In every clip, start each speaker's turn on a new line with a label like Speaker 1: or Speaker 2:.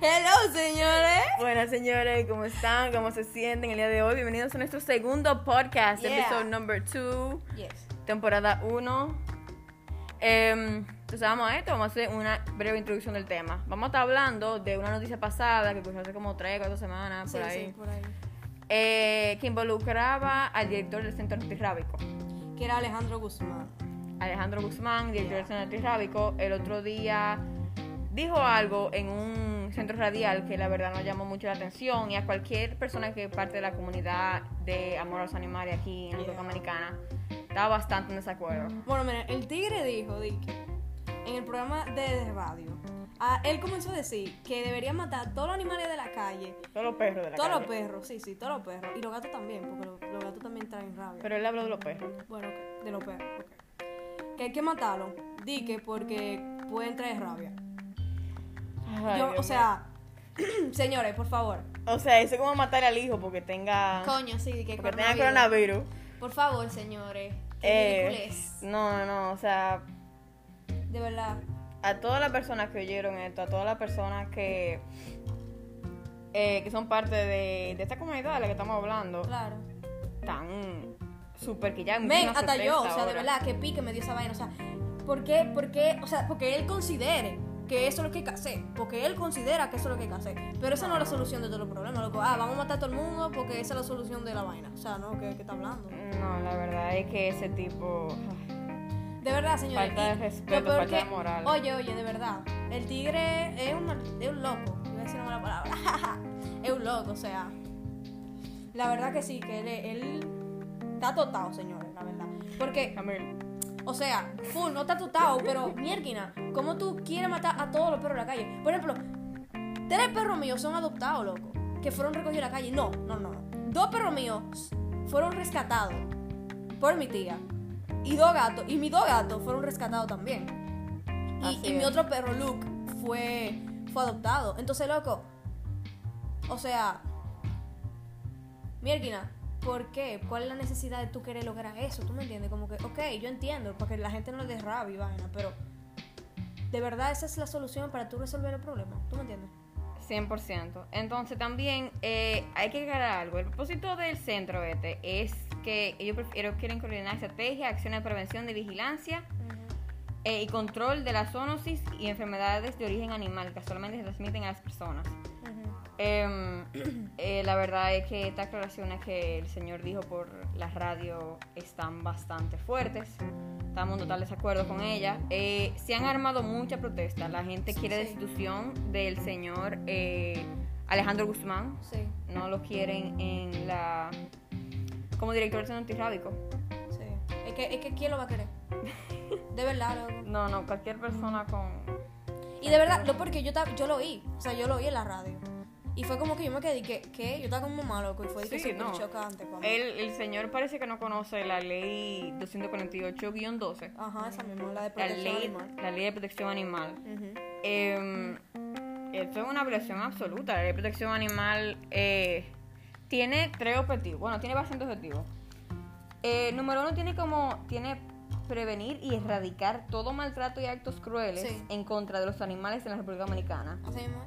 Speaker 1: Hello, señores.
Speaker 2: Buenas señores, ¿cómo están? ¿Cómo se sienten el día de hoy? Bienvenidos a nuestro segundo podcast,
Speaker 1: Yeah.
Speaker 2: episodio number 2,
Speaker 1: Yes.
Speaker 2: temporada 1. entonces vamos a esto, vamos a hacer una breve introducción del tema. Vamos a estar hablando de una noticia pasada que ocurrió hace como 3, 4 semanas, por ahí,
Speaker 1: Ah, por ahí.
Speaker 2: eh, que involucraba al director del Centro Antirrábico.
Speaker 1: Que era Alejandro Guzmán.
Speaker 2: Alejandro Guzmán, director del Senado Antirrábico, el otro día dijo algo en un centro radial que la verdad nos llamó mucho la atención y a cualquier persona que parte de la comunidad de amor a los animales aquí en la República
Speaker 1: Yeah.
Speaker 2: Dominicana estaba bastante en desacuerdo.
Speaker 1: Bueno, mira, el tigre dijo, di que en el programa de The Radio, ah, él comenzó a decir que deberían matar a todos los animales de la calle,
Speaker 2: Todos los perros de la
Speaker 1: todos los
Speaker 2: calle.
Speaker 1: perros, sí, sí, todos los perros, y los gatos también, porque los, los gatos también traen rabia.
Speaker 2: Pero él habló de los perros.
Speaker 1: Bueno, ok, de los perros, ok. Que hay que matarlos, di que porque pueden traer rabia.
Speaker 2: Ay,
Speaker 1: Yo, o
Speaker 2: Dios
Speaker 1: sea, señores, por favor.
Speaker 2: mío. o sea, eso es como matar al hijo porque tenga,
Speaker 1: Coño, sí, di que
Speaker 2: porque tenga coronavirus.
Speaker 1: Por favor, señores.
Speaker 2: Eh,
Speaker 1: Qué
Speaker 2: no, no, no, o sea,
Speaker 1: ridiculez. De verdad.
Speaker 2: a todas las personas que oyeron esto, a todas las personas que, eh, que son parte de, de esta comunidad de la que estamos hablando,
Speaker 1: Claro.
Speaker 2: tan super que ya hay
Speaker 1: Men,
Speaker 2: muchísima
Speaker 1: hasta yo, o sea,
Speaker 2: protesta
Speaker 1: de
Speaker 2: ahora.
Speaker 1: verdad, que pique me dio esa vaina. O sea, ¿por qué? ¿Por qué? O sea, porque él considere que eso es lo que hay que hacer. Porque él considera que eso es lo que hay que hacer. Pero esa no es la solución de todos los problemas, loco. Ah, vamos a matar a todo el mundo porque esa es la solución de la vaina. O sea, ¿no? ¿Qué, qué está hablando?
Speaker 2: No, la verdad es que ese tipo.
Speaker 1: De verdad, señores.
Speaker 2: Falta de
Speaker 1: y
Speaker 2: respeto,
Speaker 1: lo peor
Speaker 2: falta de
Speaker 1: que-
Speaker 2: moral.
Speaker 1: Oye, oye, de verdad. El tigre es un, mal- es un loco. Iba a decir una mala palabra. es un loco, o sea. La verdad que sí, que él, él está totado, señores, la verdad. Porque,
Speaker 2: Camil,
Speaker 1: o sea, full, no está totado, pero mierquina, ¿cómo tú quieres matar a todos los perros de la calle? Por ejemplo, tres perros míos son adoptados, loco, que fueron recogidos de la calle. No, no, no. no. Dos perros míos fueron rescatados por mi tía. Y dos gatos, y mis dos gatos fueron rescatados también. Y-
Speaker 2: Así
Speaker 1: Y, mi
Speaker 2: es.
Speaker 1: otro perro, Luke, fue, fue adoptado. Entonces, loco, o sea, Mierquina, ¿por qué? ¿Cuál es la necesidad de tú querer lograr eso? ¿Tú me entiendes? Como que, ok, yo entiendo, para que la gente no le dé rabia y vaina, pero de verdad esa es la solución para tú resolver el problema. ¿Tú me entiendes?
Speaker 2: 100%. Entonces también eh, hay que aclarar algo. El propósito del centro este es que ellos prefiero- quieren coordinar estrategias, acciones de prevención de vigilancia eh, y control de la zoonosis y enfermedades de origen animal que solamente se transmiten a las personas. Em, eh, la verdad es que estas aclaraciones que el señor dijo por la radio están bastante fuertes. Estamos en total desacuerdo con ella. Eh, se han armado muchas protestas. La gente quiere
Speaker 1: Sí.
Speaker 2: destitución del señor eh, Alejandro Guzmán.
Speaker 1: Sí,
Speaker 2: No lo quieren en la como director del Centro Antirrábico.
Speaker 1: sí. Es que, es que ¿quién lo va a querer? De verdad, loco.
Speaker 2: No, no, cualquier persona con
Speaker 1: Y de verdad, no porque yo, ta- yo lo oí, o sea, yo lo oí en la radio. Y fue como que yo me quedé, que, ¿qué? Yo estaba como mamá, loco, y fue
Speaker 2: Sí,
Speaker 1: difícil que súper
Speaker 2: no.
Speaker 1: chocante para mí.
Speaker 2: El, el señor parece que no conoce la ley 248-12,
Speaker 1: Ajá, esa misma, la de
Speaker 2: la
Speaker 1: protección
Speaker 2: ley,
Speaker 1: animal.
Speaker 2: la ley de protección animal.
Speaker 1: Ujú.
Speaker 2: Eh, esto es una violación absoluta. La ley de protección animal eh, tiene tres objetivos. Bueno, tiene bastantes objetivos. Eh, número uno tiene como tiene prevenir y erradicar todo maltrato y actos crueles
Speaker 1: Sí.
Speaker 2: en contra de los animales en la República Dominicana.
Speaker 1: Así mismo.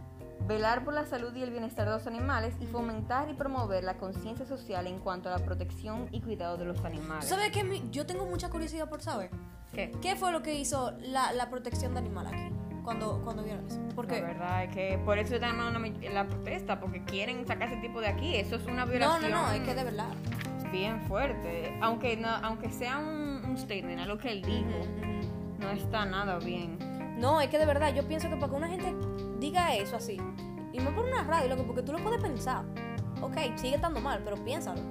Speaker 2: Velar por la salud y el bienestar de los animales y fomentar y promover la conciencia social en cuanto a la protección y cuidado de los
Speaker 1: ¿Tú
Speaker 2: animales.
Speaker 1: ¿Sabes qué? Mi- Yo tengo mucha curiosidad por saber
Speaker 2: ¿Qué?
Speaker 1: qué fue lo que hizo la, la protección de animal aquí cuando, cuando vieron eso. Porque
Speaker 2: La verdad es que por eso están armando una- la protesta, porque quieren sacar ese tipo de aquí. Eso es una
Speaker 1: no,
Speaker 2: violación.
Speaker 1: no, no, es que de verdad.
Speaker 2: bien fuerte. Aunque no- aunque sea un, un statement a lo que él dijo, no está nada bien.
Speaker 1: No, es que de verdad, yo pienso que para que una gente diga eso así, y no por una radio, loco, porque tú lo puedes pensar. Ok, sigue estando mal, pero piénsalo.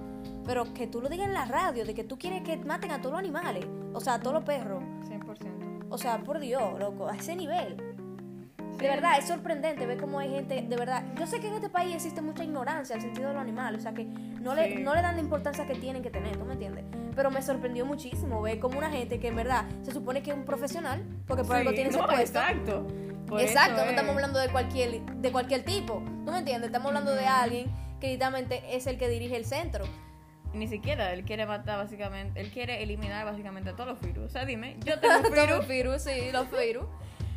Speaker 1: Pero que tú lo digas en la radio, de que tú quieres que maten a todos los animales, o sea, a todos los perros.
Speaker 2: 100%.
Speaker 1: O sea, por Dios, loco, a ese nivel. De verdad, es sorprendente ver cómo hay gente, de verdad, yo sé que en este país existe mucha ignorancia al sentido de los animales, o sea, que no, le,
Speaker 2: Sí.
Speaker 1: no le dan la importancia que tienen que tener, ¿tú me entiendes? Pero me sorprendió muchísimo ver cómo una gente que en verdad se supone que es un profesional, porque por algo tiene ese puesto.
Speaker 2: Exacto. Por
Speaker 1: Exacto,
Speaker 2: eso
Speaker 1: no
Speaker 2: es.
Speaker 1: estamos hablando de cualquier, de cualquier tipo, ¿tú me entiendes? Estamos hablando de alguien que literalmente es el que dirige el centro.
Speaker 2: Ni siquiera él quiere matar básicamente, él quiere eliminar básicamente a todos los virus. O sea, dime, yo tengo un
Speaker 1: Todos
Speaker 2: virus.
Speaker 1: los virus, sí, los virus.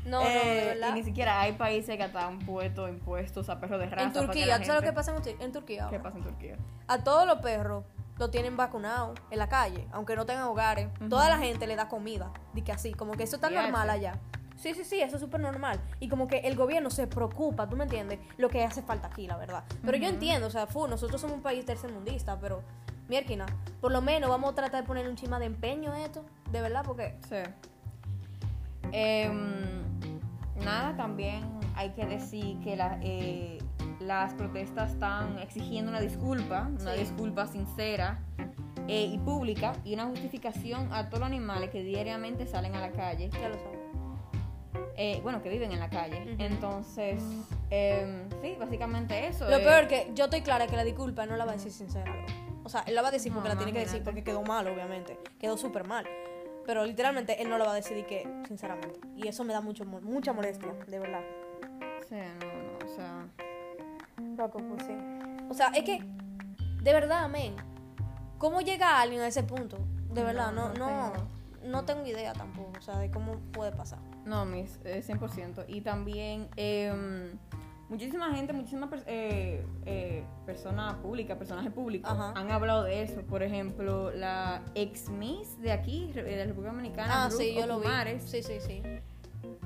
Speaker 1: No, no,
Speaker 2: Eh,
Speaker 1: de verdad.
Speaker 2: Y ni siquiera hay países que han puesto impuestos a perros de raza.
Speaker 1: En
Speaker 2: para que
Speaker 1: Turquía,
Speaker 2: la
Speaker 1: ¿tú sabes lo
Speaker 2: gente-
Speaker 1: que pasa en, Turquía- en Turquía?
Speaker 2: ¿Qué
Speaker 1: ahora?
Speaker 2: pasa en Turquía?
Speaker 1: A todos los perros lo tienen vacunados en la calle, aunque no tengan hogares. Toda la gente le da comida, di que así, como que eso está
Speaker 2: Y arte.
Speaker 1: normal allá. Sí, sí, sí, eso es súper normal. Y como que el gobierno se preocupa, ¿tú me entiendes? Lo que hace falta aquí, la verdad. Pero yo entiendo, o sea, fu, nosotros somos un país tercermundista, pero, mierquina, por lo menos vamos a tratar de poner un chima de empeño a esto, de verdad, porque
Speaker 2: Sí. Em, nada, también hay que decir que la- eh, las protestas están exigiendo una disculpa, una
Speaker 1: Sí.
Speaker 2: disculpa sincera eh, y pública y una justificación a todos los animales que diariamente salen a la calle,
Speaker 1: ya lo sabes.
Speaker 2: eh, bueno, que viven en la calle.
Speaker 1: Ujú.
Speaker 2: Entonces, em, sí, básicamente eso.
Speaker 1: Lo
Speaker 2: eh,
Speaker 1: peor que yo estoy clara que la disculpa no la va a decir sincera. loco. O sea, él la va a decir
Speaker 2: No,
Speaker 1: porque la tiene que decir
Speaker 2: imagínate.
Speaker 1: porque quedó mal, obviamente. Quedó súper mal. Pero literalmente él no lo va a decidir que, sinceramente. Y eso me da mucho, mo- mucha molestia, de verdad.
Speaker 2: Sí, no, no, o sea...
Speaker 1: Loco, pues sí. O sea, es que, de verdad, amén. ¿Cómo llega alguien a ese punto? De
Speaker 2: No,
Speaker 1: verdad, no,
Speaker 2: no
Speaker 1: no,
Speaker 2: tengo.
Speaker 1: no tengo idea tampoco. O sea, de cómo puede pasar.
Speaker 2: No, mis, eh, 100%. Y también em, muchísima gente, muchísimas pers- eh, eh, personas públicas, personajes públicos
Speaker 1: Ajá.
Speaker 2: han hablado de eso. Por ejemplo, la ex Miss de aquí, re- de la República Dominicana,
Speaker 1: Ah,
Speaker 2: Ruth
Speaker 1: sí, yo lo vi.
Speaker 2: Ocumares,
Speaker 1: Sí, sí, sí.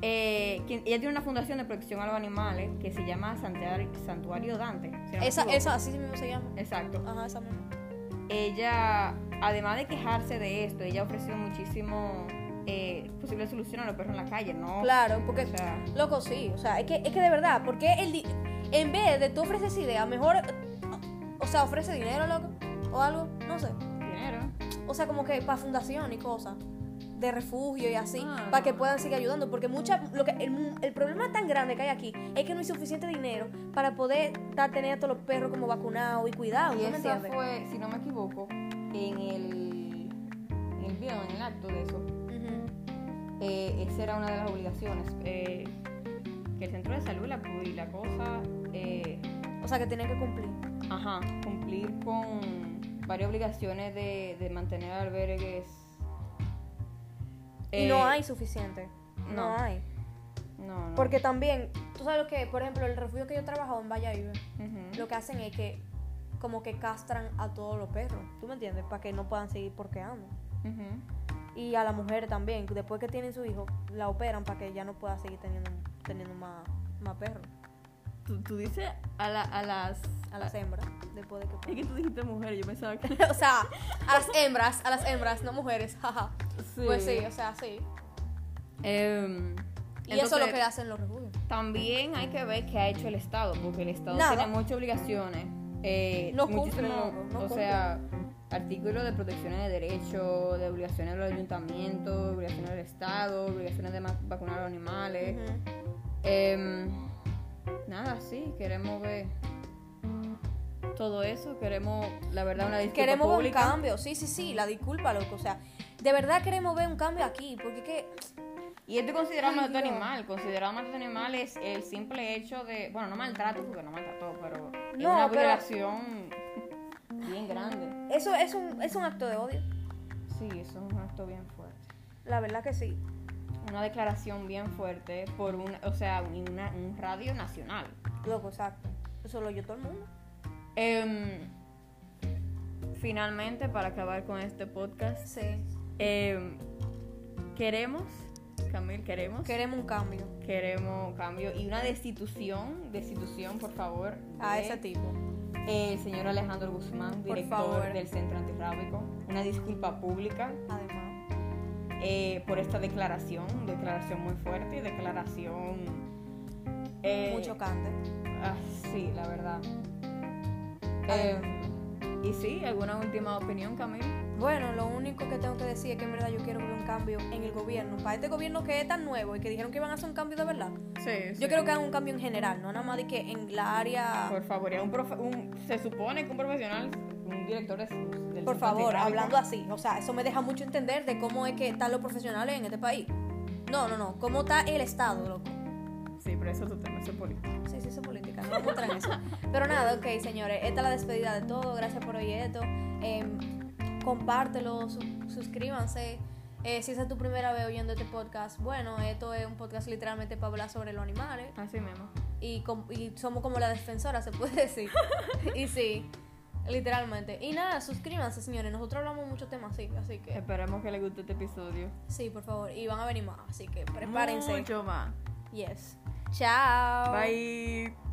Speaker 2: eh, quien- ella tiene una fundación de protección a los animales que se llama Santuario, Santuario Dante. si no me
Speaker 1: Esa,
Speaker 2: equivoco.
Speaker 1: esa, así mismo se llama.
Speaker 2: Exacto.
Speaker 1: Ajá, esa misma.
Speaker 2: Ella, además de quejarse de esto, ella ofreció muchísimo eh, posible solución a los perros en la calle, ¿no?
Speaker 1: Claro, porque
Speaker 2: O sea,
Speaker 1: Loco, sí, o sea, es que, es que de verdad, porque el di- en vez de tú ofreces ideas, mejor, eh, o sea, ofrece dinero, loco, o algo, no sé,
Speaker 2: dinero.
Speaker 1: o sea, como que para fundación y cosas, de refugio y así,
Speaker 2: Ah.
Speaker 1: para que puedan seguir ayudando, porque mucha, lo que, el, el problema tan grande que hay aquí es que no hay suficiente dinero para poder ta- tener a todos los perros como vacunados y cuidados, ¿tú
Speaker 2: Y
Speaker 1: me
Speaker 2: esa
Speaker 1: entiendes?
Speaker 2: fue, si no me equivoco, en el, en el video, en el acto de eso,
Speaker 1: Ujú.
Speaker 2: eh, esa era una de las obligaciones. eh, que el centro de salud la, cu- y la cosa, eh,
Speaker 1: O sea, que tienen que cumplir.
Speaker 2: ajá, cumplir con varias obligaciones de, de mantener albergues.
Speaker 1: y no
Speaker 2: eh,
Speaker 1: hay suficiente, no,
Speaker 2: no.
Speaker 1: hay.
Speaker 2: No, no.
Speaker 1: Porque también, tú sabes lo que, por ejemplo, el refugio que yo he trabajado en Valladolid,
Speaker 2: Ujú.
Speaker 1: lo que hacen es que como que castran a todos los perros, ¿tú me entiendes? Para que no puedan seguir porqueando.
Speaker 2: Ujú.
Speaker 1: Y a la mujer también, después que tienen su hijo, la operan para que ya no pueda seguir teniendo, teniendo más, más perros.
Speaker 2: Tú, tú dices a, la- a las.
Speaker 1: A las
Speaker 2: Ah.
Speaker 1: hembras, después de que
Speaker 2: Es que tú dijiste mujer, yo pensaba que.
Speaker 1: O sea, a las hembras, a las hembras, no mujeres, jaja. Pues sí, o sea, sí.
Speaker 2: Em,
Speaker 1: Y eso es lo
Speaker 2: entonces-
Speaker 1: que hacen los refugios.
Speaker 2: También hay que ver qué ha hecho el Estado, porque el Estado
Speaker 1: Nada.
Speaker 2: tiene muchas obligaciones. eh,
Speaker 1: No cumple,
Speaker 2: muchísimo-
Speaker 1: loco, no
Speaker 2: o
Speaker 1: cumple.
Speaker 2: sea, artículos de protecciones de derechos, de obligaciones de los ayuntamientos, obligaciones del Estado, obligaciones de ma- vacunar a los animales.
Speaker 1: Ujú.
Speaker 2: Em, nada, sí, queremos ver todo eso. Queremos, la verdad, una disculpa
Speaker 1: Queremos ver un
Speaker 2: pública.
Speaker 1: cambio, sí, sí, sí, la disculpa, loco. O sea, de verdad queremos ver un cambio aquí, porque es que...
Speaker 2: Y esto considerado
Speaker 1: Ay,
Speaker 2: maltrato
Speaker 1: Dios.
Speaker 2: animal. Considerado maltrato animal es el simple hecho de. Bueno, no maltrato, porque no maltrató, pero. es
Speaker 1: No,
Speaker 2: una
Speaker 1: pero-
Speaker 2: violación bien grande.
Speaker 1: Eso es un, es un acto de odio,
Speaker 2: Sí, eso es un acto bien fuerte.
Speaker 1: la verdad que sí.
Speaker 2: Una declaración bien fuerte por un. O sea, un, una- un radio nacional.
Speaker 1: Loco, exacto. Eso lo oyó todo el mundo.
Speaker 2: Em, finalmente, para acabar con este podcast,
Speaker 1: Sí.
Speaker 2: em, queremos. Camil, queremos.
Speaker 1: Queremos un cambio
Speaker 2: Queremos cambio y una destitución, destitución por favor,
Speaker 1: a
Speaker 2: de-
Speaker 1: ese tipo.
Speaker 2: El señor Alejandro Guzmán,
Speaker 1: Por
Speaker 2: director
Speaker 1: favor.
Speaker 2: del Centro Antirrábico, una disculpa pública
Speaker 1: Además.
Speaker 2: eh, por esta declaración, declaración muy fuerte, declaración... eh,
Speaker 1: Muy chocante.
Speaker 2: ah, sí, la verdad. Eh, y sí, ¿alguna última opinión, Camil?
Speaker 1: Bueno, lo único que tengo que decir es que en verdad yo quiero ver un cambio en el gobierno. Para este gobierno que es tan nuevo y que dijeron que iban a hacer un cambio de verdad.
Speaker 2: Sí,
Speaker 1: Yo creo que hagan un cambio en general, no nada más de que en la área...
Speaker 2: ah, Por favor, es un profe- un- se supone que un profesional, un director de- del Centro
Speaker 1: Por favor,
Speaker 2: Antirrábico-
Speaker 1: hablando así. O sea, eso me deja mucho entender de cómo es que están los profesionales en este país. No, no, no. ¿Cómo está el Estado, loco?
Speaker 2: Sí, pero eso es otro tema, eso es político.
Speaker 1: Sí, sí, eso es política, no vamos a entrar en eso. Pero nada, ok, señores, esta es la despedida de todo. Gracias por oír esto. Em, compártelo, su- suscríbanse. eh, si esa es tu primera vez oyendo este podcast, bueno, esto es un podcast literalmente para hablar sobre los animales.
Speaker 2: Así mismo.
Speaker 1: Y, com- y somos como la defensora, se puede decir. y sí, literalmente. Y nada, suscríbanse, señores. Nosotros hablamos muchos temas así, así que
Speaker 2: Esperamos que les guste este episodio.
Speaker 1: sí, por favor. Y van a venir más, así que prepárense.
Speaker 2: Mucho más.
Speaker 1: Yes. Chao.
Speaker 2: Bye.